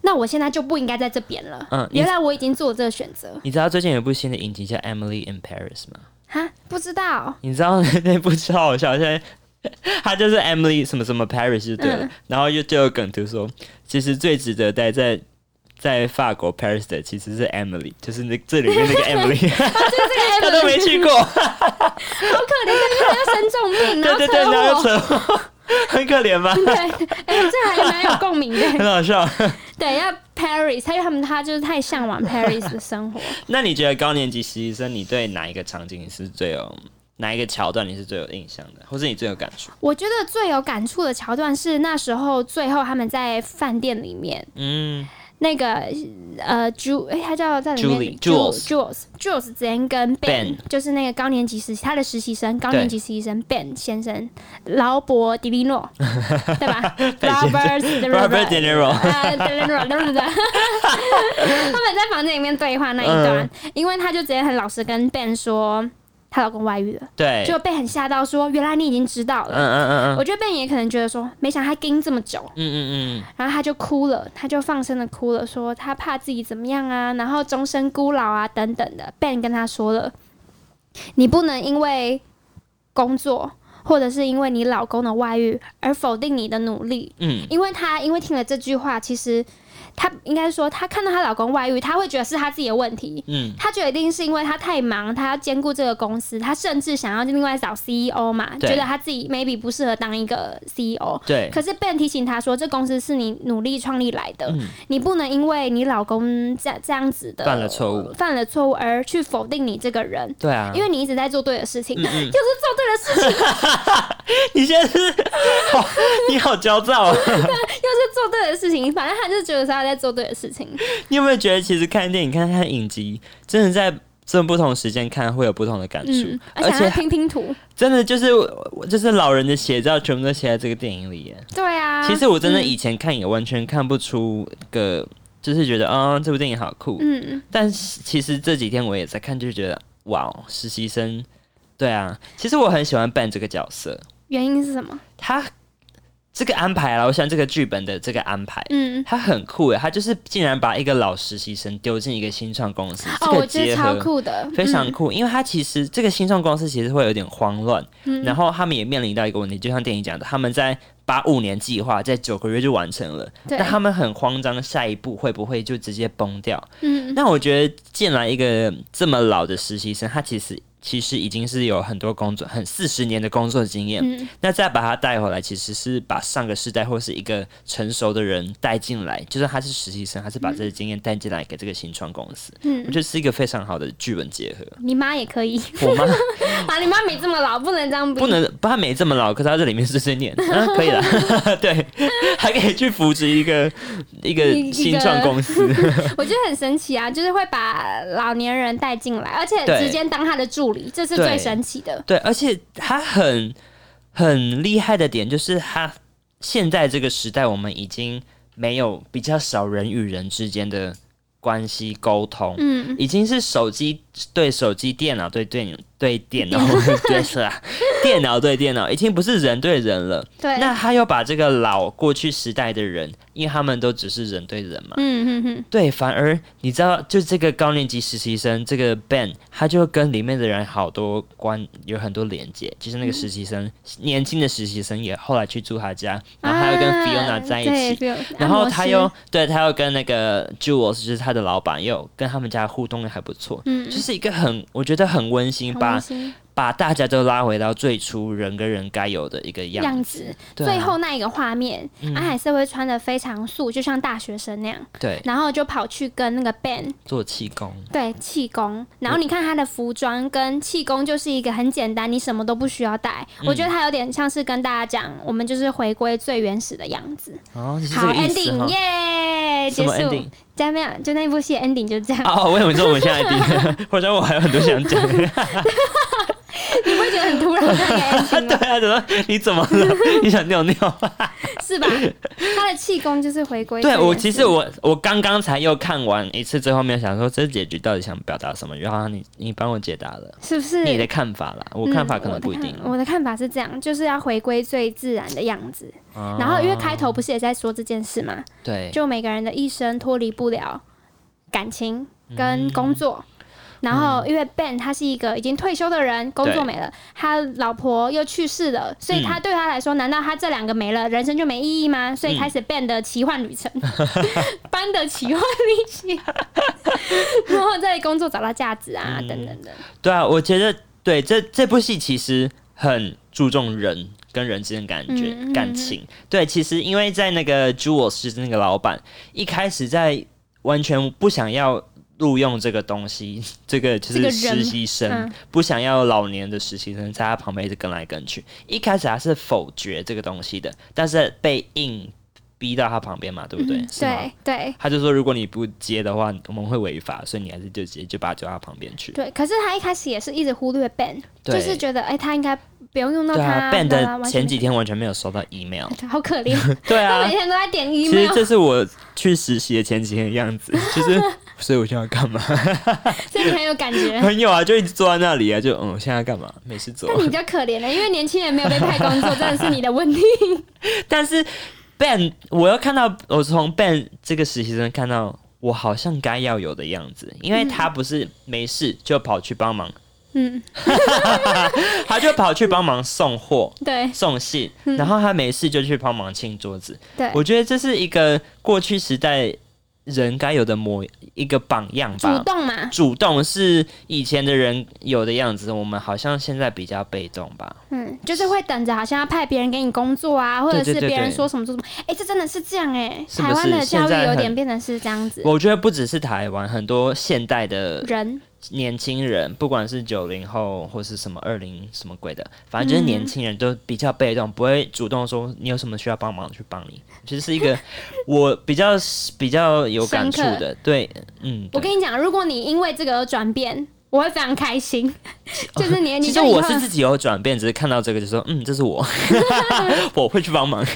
S1: 那我现在就不应该在这边了。
S2: 嗯你
S1: 原来我已经做这个选择，
S2: 你知道最近有一部新的影集叫《Emily in Paris》吗？
S1: 哈，不知道，
S2: 你知道那部超好笑，现在 (laughs) 他就是 Emily 什么什么 Paris 就对了，
S1: 嗯
S2: 然后又就有梗图说，其实最值得待在在法国 Paris 的其实是 Emily，就是那这里面
S1: (laughs)
S2: 那个 Emily，
S1: 这
S2: (laughs) 他
S1: 个
S2: 都没去过，
S1: 好可怜， (laughs) 他要生重病，然
S2: (laughs) 对
S1: 后
S2: 对对，然
S1: 车祸。
S2: 后扯祸， (laughs) 很可
S1: (laughs)
S2: 怜吧，
S1: 对，哎、这还蛮有共鸣的。 (laughs)
S2: 很好笑。
S1: 对，要 Paris，他因为他们他就是太向往 Paris 的生活。
S2: 那你觉得高年级实习生，你对哪一个场景你是最有？哪一个桥段你是最有印象的，或是你最有感触？
S1: (laughs) 我觉得最有感触的桥段是那时候最后他们在饭店里面，
S2: 嗯，
S1: 那个呃，Ju，哎、他叫在里面
S2: Julie- Jules
S1: Jules Jules 之前跟 Ben，
S2: Ben
S1: 就是那个高年级实习他的实习生，高年级实习生 Ben 先生，劳勃迪利
S2: (laughs)
S1: 诺，对吧？Robert De Niro
S2: Robert De Niro
S1: 呃，De Niro，对不对？
S2: (laughs)
S1: 他们在房间里面对话那一段，
S2: 嗯
S1: 因为他就直接很老实跟 Ben 说，她老公外遇了，
S2: 对，
S1: 就被很吓到说，原来你已经知道
S2: 嗯
S1: 了。
S2: 嗯哎嗯嗯
S1: 我觉得 Ben 也可能觉得说，没想到他跟这么久，
S2: 嗯嗯
S1: 然后他就哭了，他就放声的哭了，说他怕自己怎么样啊，然后终身孤老啊等等的。Ben 跟他说了，你不能因为工作或者是因为你老公的外遇而否定你的努力，
S2: 嗯嗯，
S1: 因为他因为听了这句话，其实他应该说他看到她老公外遇，他会觉得是他自己的问题。
S2: 嗯，
S1: 他觉得一定是因为他太忙，他要兼顾这个公司，他甚至想要另外找 CEO 嘛，
S2: 对
S1: 觉得他自己 maybe 不适合当一个 E CEO，
S2: 对，
S1: 可是 Ben 提醒他说，这公司是你努力创立来的，
S2: 嗯
S1: 你不能因为你老公这这样子的
S2: 犯了错误
S1: 犯了错误而去否定你这个人，
S2: 对啊，
S1: 因为你一直在做对的事情， (laughs)
S2: 嗯嗯
S1: 又是做对的事情， (laughs) 又
S2: 你现在是，好，你好焦躁、啊。 (laughs)
S1: 是做对的事情，反正他就觉得他在做对的事情，
S2: 你有没有觉得，其实看电影、看看影集，真的在虽然不同时间看会有不同的感触，
S1: 嗯，而
S2: 而
S1: 且还
S2: 且
S1: 拼拼图，
S2: 真的就是我就是老人的写照全部都写在这个电影里耶。
S1: 对啊。
S2: 其实我真的
S1: 嗯
S2: 以前看也完全看不出个，就是觉得啊、这部电影好酷。
S1: 嗯，
S2: 但是其实这几天我也在看，就觉得哇哦，实习生，对啊，其实我很喜欢 Ben 这个角色，
S1: 原因是什么？
S2: 他这个安排啦，啊我喜欢这个剧本的这个安排。
S1: 嗯，
S2: 他很酷诶，他就是竟然把一个老实习生丢进一个新创公司，
S1: 哦，
S2: 这
S1: 我
S2: 个
S1: 觉得
S2: 结
S1: 超
S2: 合
S1: 酷的，
S2: 非常
S1: 嗯
S2: 酷，因为他其实这个新创公司其实会有点慌乱，
S1: 嗯
S2: 然后他们也面临到一个问题，就像电影讲的，他们在八五年计划在九个月就完成了，
S1: 对
S2: 那，他们很慌张，下一步会不会就直接崩掉？
S1: 嗯
S2: 那我觉得进来一个这么老的实习生，他其实其实已经是有很多工作，很四十年的工作经验。
S1: 嗯
S2: 那再把他带回来，其实是把上个世代或是一个成熟的人带进来，就算他是实习生，还是把这些经验带进来给这个新创公司。我
S1: 嗯，
S2: 觉得是一个非常好的剧本结合。
S1: 你妈也可以，
S2: 我妈
S1: (laughs) 啊，你妈没这么老，不能这样比，
S2: 不能，不她没这么老，可是她这里面碎碎念，啊，
S1: (laughs)
S2: 可以啦， (laughs) 对，还可以去扶植一个一个
S1: 一个
S2: 新创公
S1: (laughs)
S2: 司，
S1: 我觉得很神奇啊，就是会把老年人带进来，而且
S2: 对
S1: 直接当他的助理，这是
S2: 对
S1: 最神奇的。
S2: 对，而且他很很厉害的点就是他现在这个时代，我们已经没有比较少人与人之间的关系沟通，
S1: 嗯，
S2: 已经是手机对手机、电脑对电对
S1: (laughs)
S2: 电脑对是啊，电脑对电脑，已经不是人对人了。
S1: 对，
S2: 那他又把这个老过去时代的人，因为他们都只是人对人嘛，
S1: 嗯嗯嗯，
S2: 对，反而你知道，就这个高年级实习生这个 Ben，他就跟里面的人好多关有很多连接，就是
S1: 嗯
S2: 那个实习生，年轻的实习生也后来去住他家，然后他又跟 Fiona 在一起。
S1: 起，
S2: 然后
S1: 啊按摩
S2: 他
S1: 师
S2: 又对他又跟那个 Jules 就是他的老板，又跟他们家互动也还不错，
S1: 嗯
S2: 就是一个很我觉得很温馨，
S1: 很
S2: 把
S1: 温馨
S2: 把大家都拉回到最初人跟人该有的一个样
S1: 样
S2: 子。
S1: 子，
S2: 对啊嗯
S1: 最后那一个画面，安海瑟薇穿的非常素，就像大学生那样，
S2: 对，
S1: 然后就跑去跟那个 Ben
S2: 做气功，
S1: 对气功，然后你看他的服装跟气功就是一个很简单，你什么都不需要带，
S2: 嗯
S1: 我觉得他有点像是跟大家讲，我们就是回归最原始的样子。
S2: 哦，你是这
S1: 好
S2: 个意思
S1: ，ending
S2: 哈？
S1: 耶，
S2: 什
S1: 结
S2: 么
S1: 束
S2: ending？，
S1: 加没有，就那一部戏的 ending 就这样，
S2: 哦，我以为你说我们现在
S1: (laughs)
S2: (laughs) 定，我说我还有很多想讲。啊
S1: 你不会觉得很突然那个 ending
S2: (laughs)
S1: 吗？
S2: 对啊，怎么你怎么
S1: (laughs)
S2: 了？你想尿尿？
S1: 是吧？他的气功就是回归最
S2: 对
S1: 原始。
S2: 我其实我我刚刚才又看完一次，最后面想说这结局到底想表达什么？然后你你帮我解答了
S1: 是不是
S2: 你的看法啦，我看法可能不一定啊
S1: 嗯。我的看。我的看法是这样，就是要回归最自然的样子。
S2: 啊
S1: 然后，因为开头不是也在说这件事嘛，
S2: 对，
S1: 就每个人的一生脱离不了感情
S2: 嗯
S1: 跟工作。然后，因为 Ben 他是一个已经退休的人，工作没了，他老婆又去世了，所以
S2: 嗯
S1: 他对他来说，难道他这两个没了，人生就没意义吗？所以开始 Ben 的奇幻旅程， (laughs) 班的奇幻旅行，然后在工作找到价值
S2: 嗯
S1: 啊，等等等。
S2: 对啊，我觉得对这这部戏其实很注重人跟人之间的感觉、
S1: 嗯嗯嗯
S2: 感情。对，其实因为在那个 Jules 就是那个老板一开始在完全不想要录用这个东西， (laughs) 这个就
S1: 这个
S2: 是
S1: 人
S2: 实习生，
S1: 嗯
S2: 不想要老年的实习生在他旁边一直跟来跟去。一开始他是否决这个东西的，但是被硬逼到他旁边嘛，对不对？
S1: 嗯
S2: 是吗？
S1: 对对
S2: 他就说，如果你不接的话，我们会违法，所以你还是就直接就把他叫到他旁边去。
S1: 对，可是他一开始也是一直忽略 Ben，
S2: 对
S1: 就是觉得哎、他应该不用用到
S2: 对
S1: 他
S2: 啊，Ben
S1: 啦啦
S2: 的
S1: 完
S2: 前
S1: 全
S2: 几天完全没有收到 email。
S1: 没 (laughs) 好可怜，
S2: (laughs) 对
S1: 他
S2: 啊
S1: 每，天都在点
S2: 其实
S1: email，
S2: 这是我去实习的前几天的样子， (laughs) 就是，所以我现在要干嘛？ (laughs)
S1: 所以你很有感觉。
S2: 朋友啊，就一直坐在那里啊，就嗯，我现在要干嘛？没事做
S1: 但。你比较可怜了，因为年轻人没有被派工作，真的是你的
S2: (laughs)
S1: 问题。
S2: 但是 Ben，我又看到，我从 Ben 这个实习生看到我好像该要有的样子，因为他不是没事就跑去帮忙，
S1: 嗯，
S2: 他就跑去帮忙送 (laughs) 货、
S1: 对
S2: 送信，然后他没事就去帮忙清桌子，
S1: 对，
S2: 我觉得这是一个过去时代人该有的模一个榜样
S1: 主
S2: 吧。
S1: 动嘛，
S2: 主动是以前的人有的样子，我们好像现在比较被动吧。
S1: 嗯，就是会等着好像要派别人给你工作啊，或者
S2: 对
S1: 是
S2: 对对
S1: 别人
S2: 对
S1: 说什么做什么。哎、这真的是这样哎、
S2: 是不
S1: 台湾的
S2: 是
S1: 教
S2: 现
S1: 育
S2: 在
S1: 有
S2: 很
S1: 点变成是这样子，
S2: 我觉得不只是台湾，很多现代的
S1: 人
S2: 年轻人，不管是九零后或是什么二零什么鬼的，反正就是年轻人都比较被动，不会主动说你有什么需要帮忙去帮你。其实是
S1: (laughs)
S2: 一个我比较比较有感触
S1: 深刻
S2: 的，对，嗯，
S1: 我
S2: 对
S1: 跟你讲，如果你因为这个而转变，我会非常开心。 (laughs) 就是哎你，
S2: (laughs)
S1: 你啊
S2: 其实
S1: 就以
S2: 我
S1: 后
S2: 是自己有转变，只是看到这个就说，嗯，这
S1: (laughs)
S2: 是我， (laughs) 我会去帮忙。
S1: 对，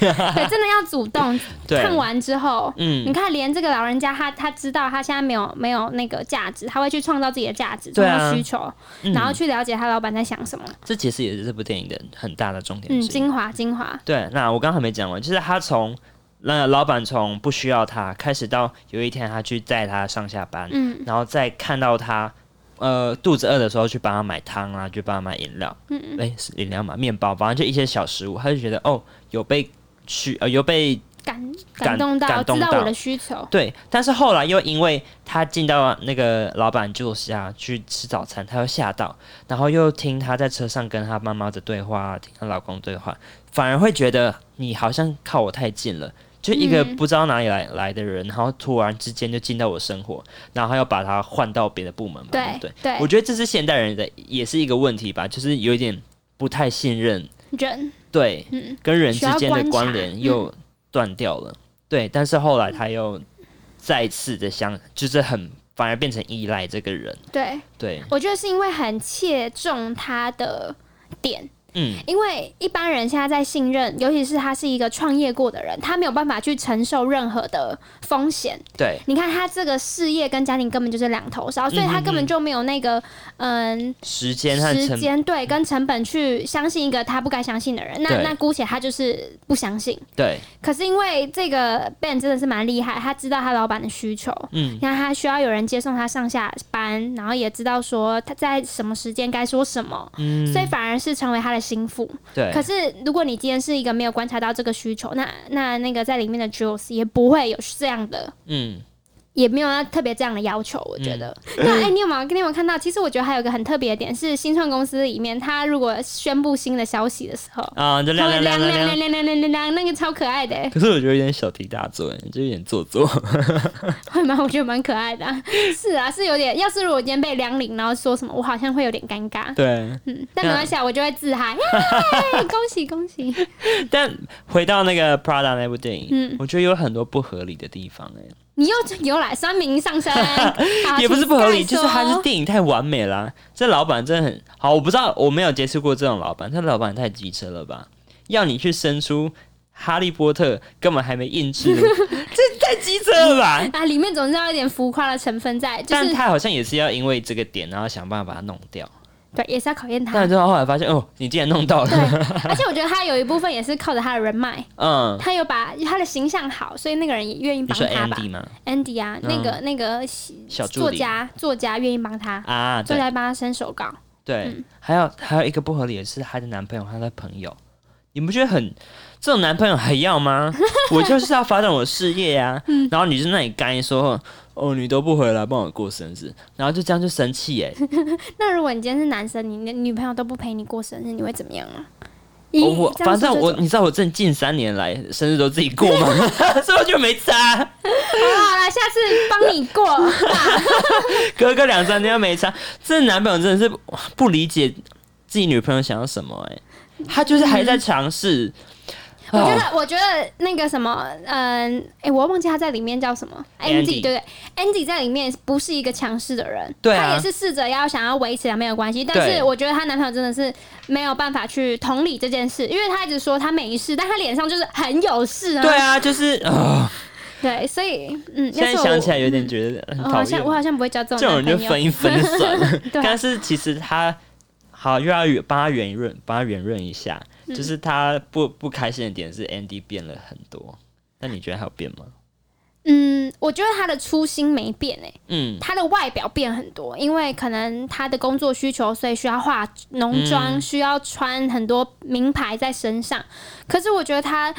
S1: 真的要主动。
S2: (laughs) 对，
S1: 看完之后，
S2: 嗯
S1: 你看连这个老人家他他知道他现在没有没有那个价值，他会去创造自己的价值，
S2: 对
S1: 创
S2: 啊
S1: 造需求，
S2: 嗯
S1: 然后去了解他老板在想什么。
S2: 这其实也是这部电影的很大的重点
S1: 嗯，
S2: 之一。
S1: 精华精华，
S2: 对，那我刚刚还没讲完，就是他从那老板从不需要他开始，到有一天他去载他上下班，
S1: 嗯
S2: 然后再看到他呃肚子饿的时候去帮他买汤啊，去帮他买饮料，
S1: 嗯
S2: 哎、是饮料嘛，面包，反正就一些小食物，他就觉得哦有被需呃有被
S1: 感感
S2: 感
S1: 动到，
S2: 感动
S1: 知道
S2: 到
S1: 我的需求。
S2: 对，但是后来又因为他进到那个老板住下去吃早餐，他又吓到，然后又听他在车上跟他妈妈的对话，听她老公对话，反而会觉得你好像靠我太近了。就一个
S1: 嗯
S2: 不知道哪里来、来的人，然后突然之间就进到我生活，然后要把他换到别的部门嘛，对
S1: 对
S2: 不对？
S1: 对
S2: 我，觉得这是现代人的也是一个问题吧，就是有一点不太信任
S1: 人
S2: 对，
S1: 嗯
S2: 跟人
S1: 需
S2: 之
S1: 要
S2: 间的
S1: 观察嗯
S2: 关联又断掉了。对，但是后来他又再次的相，就是很反而变成依赖这个人。
S1: 对，
S2: 对，
S1: 我觉得是因为很切中他的点。
S2: 嗯，
S1: 因为一般人现在在信任，尤其是他是一个创业过的人，他没有办法去承受任何的风险。
S2: 对，
S1: 你看他这个事业跟家庭根本就是两头烧，所以他根
S2: 嗯
S1: 本就没有那个嗯
S2: 时间和
S1: 时
S2: 成
S1: 间对跟成本去相信一个他不该相信的人。那
S2: 对
S1: 那姑且他就是不相信。
S2: 对，
S1: 可是因为这个 Ben 真的是蛮厉害，他知道他老板的需求，
S2: 嗯，
S1: 那他需要有人接送他上下班，然后也知道说他在什么时间该说什么，
S2: 嗯
S1: 所以反而是成为他的心腹。
S2: 对
S1: 可，是如果你今天是一个没有观察到这个需求，那那那个在里面的 Jules 也不会有这样的。
S2: 嗯，
S1: 也没有要特别这样的要求，我觉得。 (laughs) 那哎、你有没有你有没有看到？其实我觉得还有一个很特别的点是，新创公司里面，他如果宣布新的消息的时候，
S2: 啊，就
S1: 他
S2: 亮
S1: 会亮
S2: 亮亮
S1: 亮亮
S2: 亮亮。
S1: 亮亮亮亮亮，那个超可爱的、 (laughs) 欸，
S2: 可是我觉得有点小题大做， (laughs) 就有点做作。
S1: 会吗？我觉得蛮可爱
S2: (laughs)
S1: 的啊、是啊，是有点。要是如果今天被梁玲，然后说什么，我好像会有点尴尬。
S2: 对，
S1: 嗯，但没关系啊，我就会自嗨，
S2: (laughs)
S1: 耶恭喜恭喜。
S2: 但回到那个 Prada 那部电影，
S1: 嗯
S2: 我觉得有很多不合理的地方、哎。
S1: 你又又来酸民上
S2: (laughs)
S1: 身，好
S2: 也不是
S1: 请
S2: 不合理，
S1: Sky
S2: 就是他
S1: 说
S2: 是电影太完美啦、这老板真的很好，我不知道我没有接触过这种老板，这老板也太机车了吧？要你去生出哈利波特，根本还没
S1: (laughs)
S2: 印制，这太机车了吧？
S1: 啊，里面总是要有点浮夸的成分在，就
S2: 但
S1: 是
S2: 他好像也是要因为这个点，然后想办法把它弄掉。
S1: 对，也是要考验他。
S2: 但最后后来发现，哦，你竟然弄到
S1: 对
S2: 了，，
S1: (laughs) 而且我觉得他有一部分也是靠着他的人脉，
S2: 嗯，
S1: 他有把他的形象好，所以那个人也愿意
S2: 你
S1: 帮
S2: 说
S1: 他吧。
S2: Andy 吗？
S1: Andy 啊，
S2: 嗯
S1: 那个那个
S2: 小助
S1: 作
S2: 理
S1: 家作家愿意帮他，
S2: 啊，
S1: 作
S2: 对
S1: 家帮他伸手稿。
S2: 对，
S1: 嗯
S2: 还有还有一个不合理的是她的男朋友和她的朋友，你不觉得很这种男朋友还
S1: (laughs)
S2: 要吗？我就是要发展我的事业呀、
S1: 嗯
S2: 然后你就那里干说哦你都不回来帮我过生日，然后就这样就生气哎、
S1: 那如果你今天是男生，你的女朋友都不陪你过生日，你会怎么样啊？
S2: 我
S1: (laughs) 咦
S2: 哦我
S1: 这样
S2: 反正
S1: 说就
S2: 我 (laughs)
S1: 走
S2: 你知道我这近三年来生日都自己过
S1: (laughs)
S2: 吗？所以我就没差，
S1: 好啦，下次帮你过。
S2: (laughs)
S1: (laughs)
S2: 隔个两三天都没差。这男朋友真的是哇不理解自己女朋友想要什么哎、他就是还在尝试。
S1: 我觉
S2: 哦
S1: 得，我觉得那个什么，嗯，哎、我忘记他在里面叫什么对
S2: Andy
S1: 不对？Andy 在里面不是一个强势的人，
S2: 对啊
S1: 他也是试着要想要维持两边的关系，但
S2: 对
S1: 是我觉得她男朋友真的是没有办法去同理这件事，因为她一直说她没事，但她脸上就是很有事啊，
S2: 对啊，就是啊、
S1: 对所以嗯，
S2: 现在
S1: 要是我
S2: 想起来有点觉得哦
S1: 我
S2: 很讨
S1: 好像我
S2: 厌。
S1: 好像不会交这
S2: 这
S1: 种
S2: 种人就
S1: 男朋
S2: 分
S1: 友，
S2: 一分就 (laughs) 算了。
S1: 对啊
S2: 但是其实他好又要帮他圆润，帮他圆润一下，就是他不不开心的点是 Andy 变了很多。那你觉得他有变吗？
S1: 嗯，我觉得她的初心没变哎、
S2: 嗯，
S1: 她的外表变很多，因为可能她的工作需求，所以需要化浓妆，
S2: 嗯
S1: 需要穿很多名牌在身上。可是我觉得她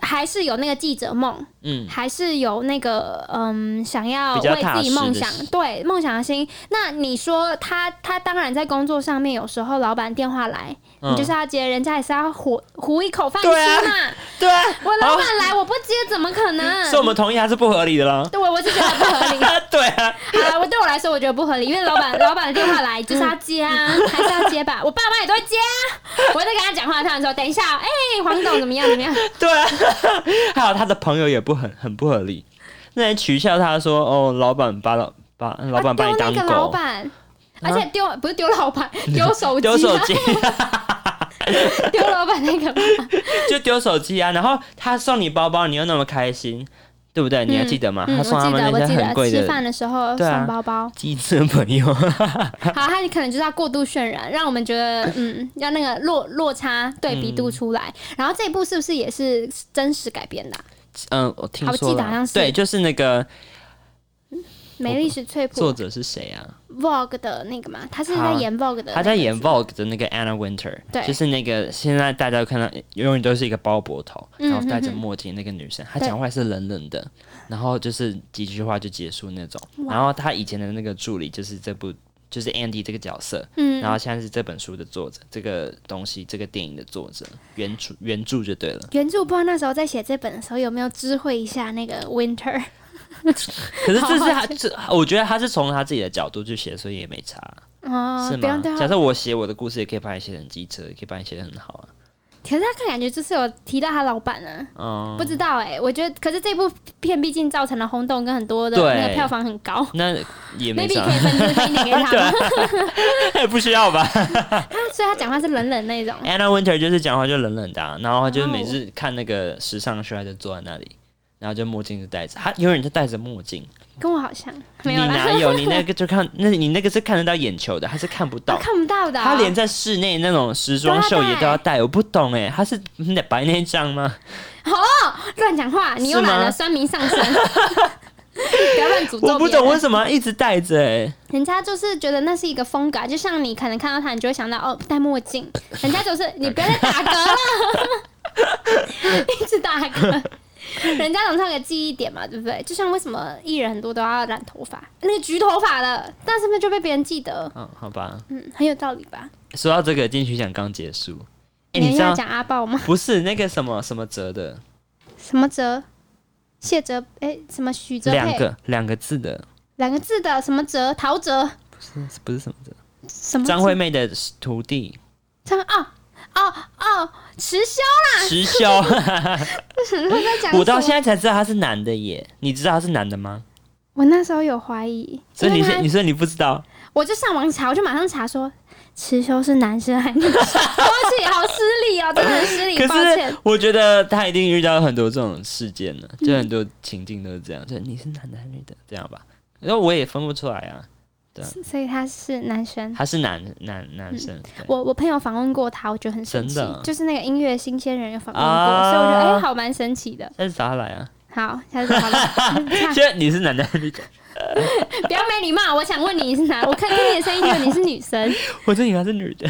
S1: 还是有那个记者梦，
S2: 嗯，
S1: 还是有那个嗯，想要
S2: 比较
S1: 为
S2: 踏
S1: 自己梦
S2: 实的
S1: 想
S2: 心
S1: 对梦想的心。那你说她，她当然在工作上面，有时候老板电话来，
S2: 嗯
S1: 你就是要接，人家也是要糊糊一口饭吃
S2: 对啊
S1: 嘛。
S2: 对啊，
S1: 我老板来，我不接怎么可
S2: (laughs)
S1: 能？
S2: 所以我们同意他是不合理的啦。
S1: 对，我是觉得不合理。
S2: 对啊，
S1: 好了，我对我来说我觉得不合理，因为老板老板的电话来就是要接啊，还是要接吧。我爸妈也都会接啊。我在跟他讲话，他们说等一下，哎、黄总怎么样怎么样？
S2: 对啊， (laughs) 还有他的朋友也不很很不合理， (laughs) 那还取笑他说：“哦，老板把老把老板把你
S1: 他
S2: 当
S1: 啊丢那个老
S2: 狗。
S1: 板，而且丢不是丢老
S2: (laughs)
S1: 板，丢手机啊，
S2: 丢手机，
S1: 丢老板那个。
S2: 啊 (laughs) 就丢手机啊。然后他送你包包，你又那么开心，对不对？你还记得吗？
S1: 嗯，
S2: 他
S1: 我
S2: 送他
S1: 记
S2: 们
S1: 得，我
S2: 那
S1: 记
S2: 些很
S1: 得
S2: 贵
S1: 吃
S2: 的
S1: 饭的时候
S2: 对啊
S1: 送包
S2: (laughs)
S1: 包。
S2: 机智的朋友， (laughs)
S1: 好，他可能就是要过度渲染，让我们觉得嗯，让那个落落差对比度出来。然后这一部是不是也是真实改编的啊、
S2: 嗯，我听
S1: 好
S2: 说
S1: 记得好
S2: 了
S1: 像，是
S2: 对，就是那个
S1: 美丽史翠
S2: 作
S1: 普
S2: 者是谁啊？
S1: Vogue 的那个嘛，他是在
S2: 他
S1: 演 Vogue 的，
S2: 啊他在演 Vogue 的那个 Anna Winter，
S1: 对
S2: 就是那个现在大家看到永远都是一个包脖头，
S1: 嗯
S2: 然后戴着墨镜那个女生，她
S1: 对
S2: 讲话是冷冷的，然后就是几句话就结束那种。
S1: 哇
S2: 然后她以前的那个助理就是这部就是 Andy 这个角色，
S1: 嗯，
S2: 然后现在是这本书的作者，这个东西这个电影的作者原著原著就对了。
S1: (laughs) 原著不知道那时候在写这本的时候有没有知会一下那个
S2: (laughs)
S1: Winter，
S2: 可是这
S1: 好
S2: 是他这，我觉得他是从他自己的角度去写，所以也没差，
S1: 哦
S2: 是，
S1: 不用
S2: 吗
S1: 对？
S2: 假
S1: 他，
S2: 设我写我的故事，也可以把你写得很机车，也可以把你写得很好
S1: 可是他感觉就是有提到他老板啊，
S2: 啊。
S1: 不
S2: 嗯，
S1: 知道哎、我觉得，可是这部片毕竟造成了轰动，跟很多的
S2: 对
S1: 那个票房很高
S2: 那也没
S1: ，maybe
S2: 啥
S1: 可。以分之分一点给他
S2: (laughs) 对啊
S1: 们，
S2: (laughs) 不需要吧
S1: (laughs) 所以他讲话是冷冷那种。
S2: ？Anna Winter 就是讲话就冷冷的啊、然后她就是
S1: 哦
S2: 每次看那个时尚秀，她就坐在那里，然后就墨镜就戴着，她永远就戴着墨镜。
S1: 跟我好像没
S2: 你
S1: 有啦，
S2: 哪有？你那个就看， (laughs) 那你那个是看得到眼球的，她是看不
S1: 我 (laughs)
S2: 到。
S1: 看不到的啊、
S2: 她连在室内那种时装秀也都要戴，我不懂哎，她是白内障吗？
S1: 哦乱讲话，你又
S2: 是吗
S1: 懒了，酸民上身， (laughs) 不要乱诅咒别人
S2: 我不懂为什么一直戴着哎。
S1: 人家就是觉得那是一个风格啊，就像你可能看到他，你就会想到哦，戴墨
S2: (laughs)
S1: 镜。人家就是你不要再打嗝了， (laughs) 一直打嗝。人家总是有个记忆点嘛，对不对？就像为什么艺人很多都要染头发，那个橘头发的，但是那就被别人记得，
S2: 嗯，好吧。
S1: 嗯，很有道理吧？
S2: 说到这个金曲奖刚结束，哎，
S1: 你
S2: 你知
S1: 要
S2: 道
S1: 讲阿豹吗？
S2: 不是那个什么什么哲的
S1: 什么哲？谢哲？哎、什么许哲
S2: 两
S1: 佩？
S2: (laughs) 个两个字的，
S1: 两个字的什么哲？陶哲？
S2: 是不是什么哲？
S1: 什么哲？
S2: 张惠妹的徒弟
S1: 张哦哦哦，池修， (laughs)
S2: 石 (laughs) 修，
S1: 我在讲什么
S2: 我到现在才知道他是男的耶。你知道他是男的吗？
S1: 我那时候有怀疑，
S2: 所以
S1: 因
S2: 你
S1: 为他
S2: 是你说你不知道，
S1: 我就上网查，我就马上查说池修是男生还是
S2: (laughs)
S1: 女生，对不起，好失礼哦，真的很失礼，
S2: 可
S1: 抱
S2: 是
S1: 歉。
S2: 我觉得他一定遇到很多这种事件呢，
S1: 嗯
S2: 就很多情境都是这样，就你是男的还是女的这样吧。然后我也分不出来啊，
S1: 所以他是男生。
S2: 他是男男男生。对
S1: 嗯我我朋友访问过他，我觉得很神奇
S2: 真的啊，
S1: 就是那个音乐新鲜人有访问过，
S2: 啊
S1: 所以我觉得哎、好蛮神奇的。
S2: 下次找他来啊！
S1: 好，下次好 (laughs)
S2: (laughs)
S1: 了，
S2: 现在你是男的还是女的？
S1: 不要没礼貌。我想问你是哪？我看听你的声音，觉得你是女生。
S2: 我真以为他是女的。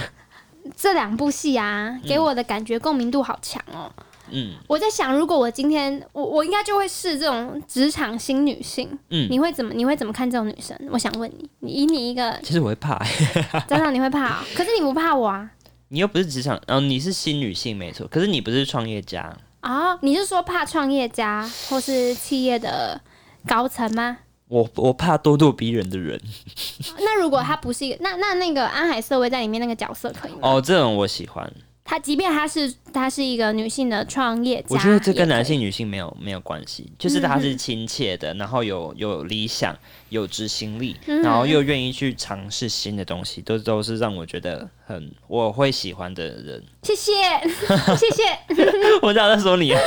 S1: (laughs) 这两部戏啊，给我的感觉共鸣度好强哦。
S2: 嗯
S1: 我在想，如果我今天我我应该就会是这种职场新女性，
S2: 嗯，
S1: 你会怎么你会怎么看这种女生？我想问你，你以你一个
S2: (laughs) 其实我会怕、欸
S1: 真的你会怕、哦，可是你不怕我啊？
S2: 你又不是职场，嗯、你是新女性没错，可是你不是创业家，
S1: 哦，你是说怕创业家或是企业的高层吗？
S2: 我我怕咄咄逼人的人。
S1: 那如果他不是一个，那那那个安海瑟薇在里面那个角色可以吗？
S2: 哦，这种我喜欢。
S1: 她即便她是她是一个女性的创业家，
S2: 我觉得这
S1: 也可
S2: 跟
S1: 以嗯
S2: 男性、女性没有没有关系，就是他是亲切的，然后有有理想、有执行力，
S1: 嗯
S2: 然后又愿意去尝试新的东西，都都是让我觉得很我会喜欢的人。 (laughs)
S1: 谢谢 (laughs) 谢谢，
S2: 我知道在说你、 (laughs) 啊，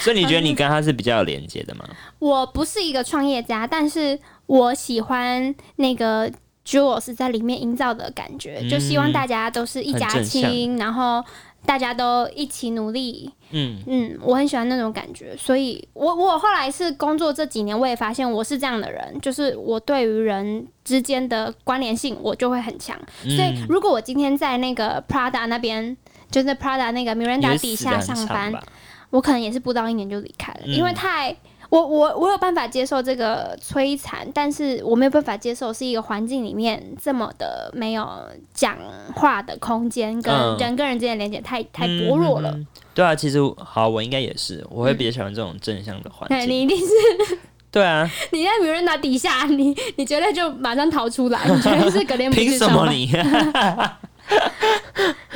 S2: 所以你觉得你跟他是比较有连接的吗？
S1: 我不是一个创业家，但是我喜欢那个 Jules 在里面营造的感觉，
S2: 嗯
S1: 就希望大家都是一家
S2: 很正
S1: 亲，然后大家都一起努力。
S2: 嗯，
S1: 嗯，我很喜欢那种感觉，所以我我后来是工作这几年，我也发现我是这样的人，就是我对于人之间的关联性，我就会很强。所以
S2: 嗯
S1: 如果我今天在那个 Prada 那边，就是在 Prada 那个
S2: 你
S1: Miranda
S2: 会
S1: 底
S2: 死得
S1: 下
S2: 很
S1: 上
S2: 惨
S1: 班，
S2: 吧
S1: 我可能也是不到一年就离开了，
S2: 嗯
S1: 因为太我我我有办法接受这个摧残，但是我没有办法接受是一个环境里面这么的没有讲话的空间，跟
S2: 嗯
S1: 人跟人之间的连接太太薄弱了
S2: 嗯。嗯嗯对啊，其实好，我应该也是，我会比较喜欢这种正向的环
S1: 对，
S2: 境。
S1: 你一定是
S2: 对啊，
S1: 你在名人塔底下，你你绝对就马上逃出来，你绝对是格林不
S2: 凭
S1: 去
S2: 什
S1: 上
S2: 么
S1: 班。
S2: 你？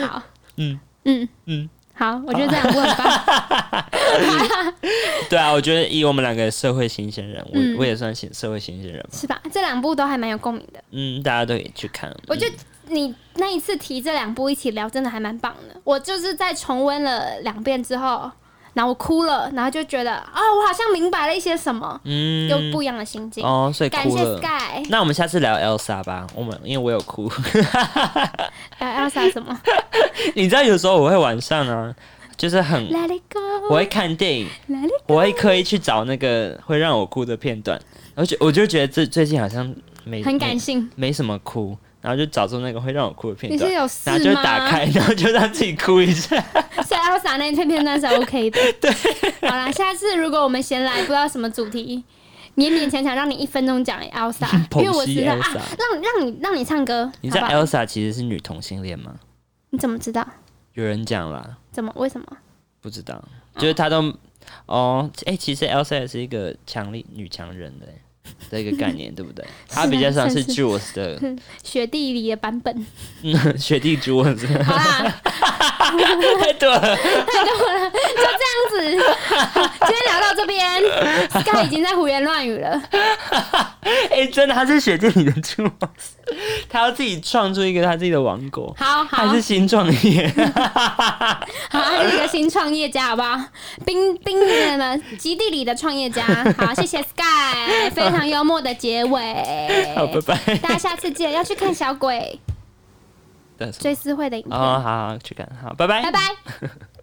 S1: 好，
S2: 嗯
S1: 嗯
S2: 嗯，
S1: 好，我觉得这两部很棒。
S2: (laughs)
S1: (laughs)
S2: 对啊，我觉得以我们两个社会新鲜人，我、
S1: 嗯
S2: 我也算新社会新鲜人嘛。
S1: 是吧？这两部都还蛮有共鸣的。
S2: 嗯，大家都可以去看。
S1: 我觉得你那一次提这两部一起聊，真的还蛮棒的。我就是在重温了两遍之后，然后我哭了，然后就觉得哦，我好像明白了一些什么，
S2: 嗯，
S1: 又不一样的心境。
S2: 哦，所以
S1: 感
S2: 哭
S1: 谢
S2: 了。
S1: Sky，
S2: 那我们下次聊 Elsa 吧。我们因为我有哭， (laughs)
S1: 要要啥呃什么
S2: 你知道有时候我会晚上啊，就是很
S1: ？Let it
S2: 我
S1: go，Let
S2: 会看电影，
S1: it。
S2: 我会刻意去找那个会让我哭的片段，而且我就觉得这最近好像没
S1: 很感性，
S2: 没没什么哭，然后就找出那个会让我哭的片
S1: 你是
S2: 段。
S1: 有
S2: 然
S1: 事
S2: 后就
S1: 吗？
S2: 打开，然后就让自己哭一下。
S1: 所以 Elsa 那一片片段是 OK
S2: (laughs)
S1: 的。对，好啦，下次如果我们闲来不知道什么主题，勉勉强强让你一分钟讲 Elsa，因
S2: (laughs)
S1: 为
S2: 剖
S1: 我
S2: 析
S1: 知道
S2: Elsa
S1: 啊，让让你让你唱歌，
S2: 你知
S1: 好
S2: 道
S1: 不好？
S2: Elsa 其实是女同性恋吗？
S1: 你怎么知道？
S2: 有人讲啦，
S1: 怎么？为什么？
S2: 不知道，就是她都哦，哎、其实 Elsa 也是一个强力女强人的的一个概念，对不对？ (laughs) 她比较像是啊
S1: 算
S2: Jules 的
S1: 雪地里的版本。
S2: (laughs) 嗯雪地 Jules， (laughs)
S1: 好啦，
S2: 太多了。
S1: 这样子， (laughs) 今天聊到这边，Sky 已经在胡言乱语了。
S2: 哎、真的，她是雪地里的 Jules，她要自己创出一个她自己的王国。
S1: 好
S2: 还
S1: 好
S2: 是新创业，
S1: 好，他是一个新创业家，好不好？冰冰什么极地里的创业家。好，谢
S2: (laughs)
S1: 谢 Sky，非常幽默的结尾。
S2: (laughs) 好，拜拜。
S1: 大家下次见，要去看小鬼
S2: 但是 (laughs)
S1: 追思会的影片。
S2: 啊哦，好好去看，好，拜拜
S1: 拜。拜。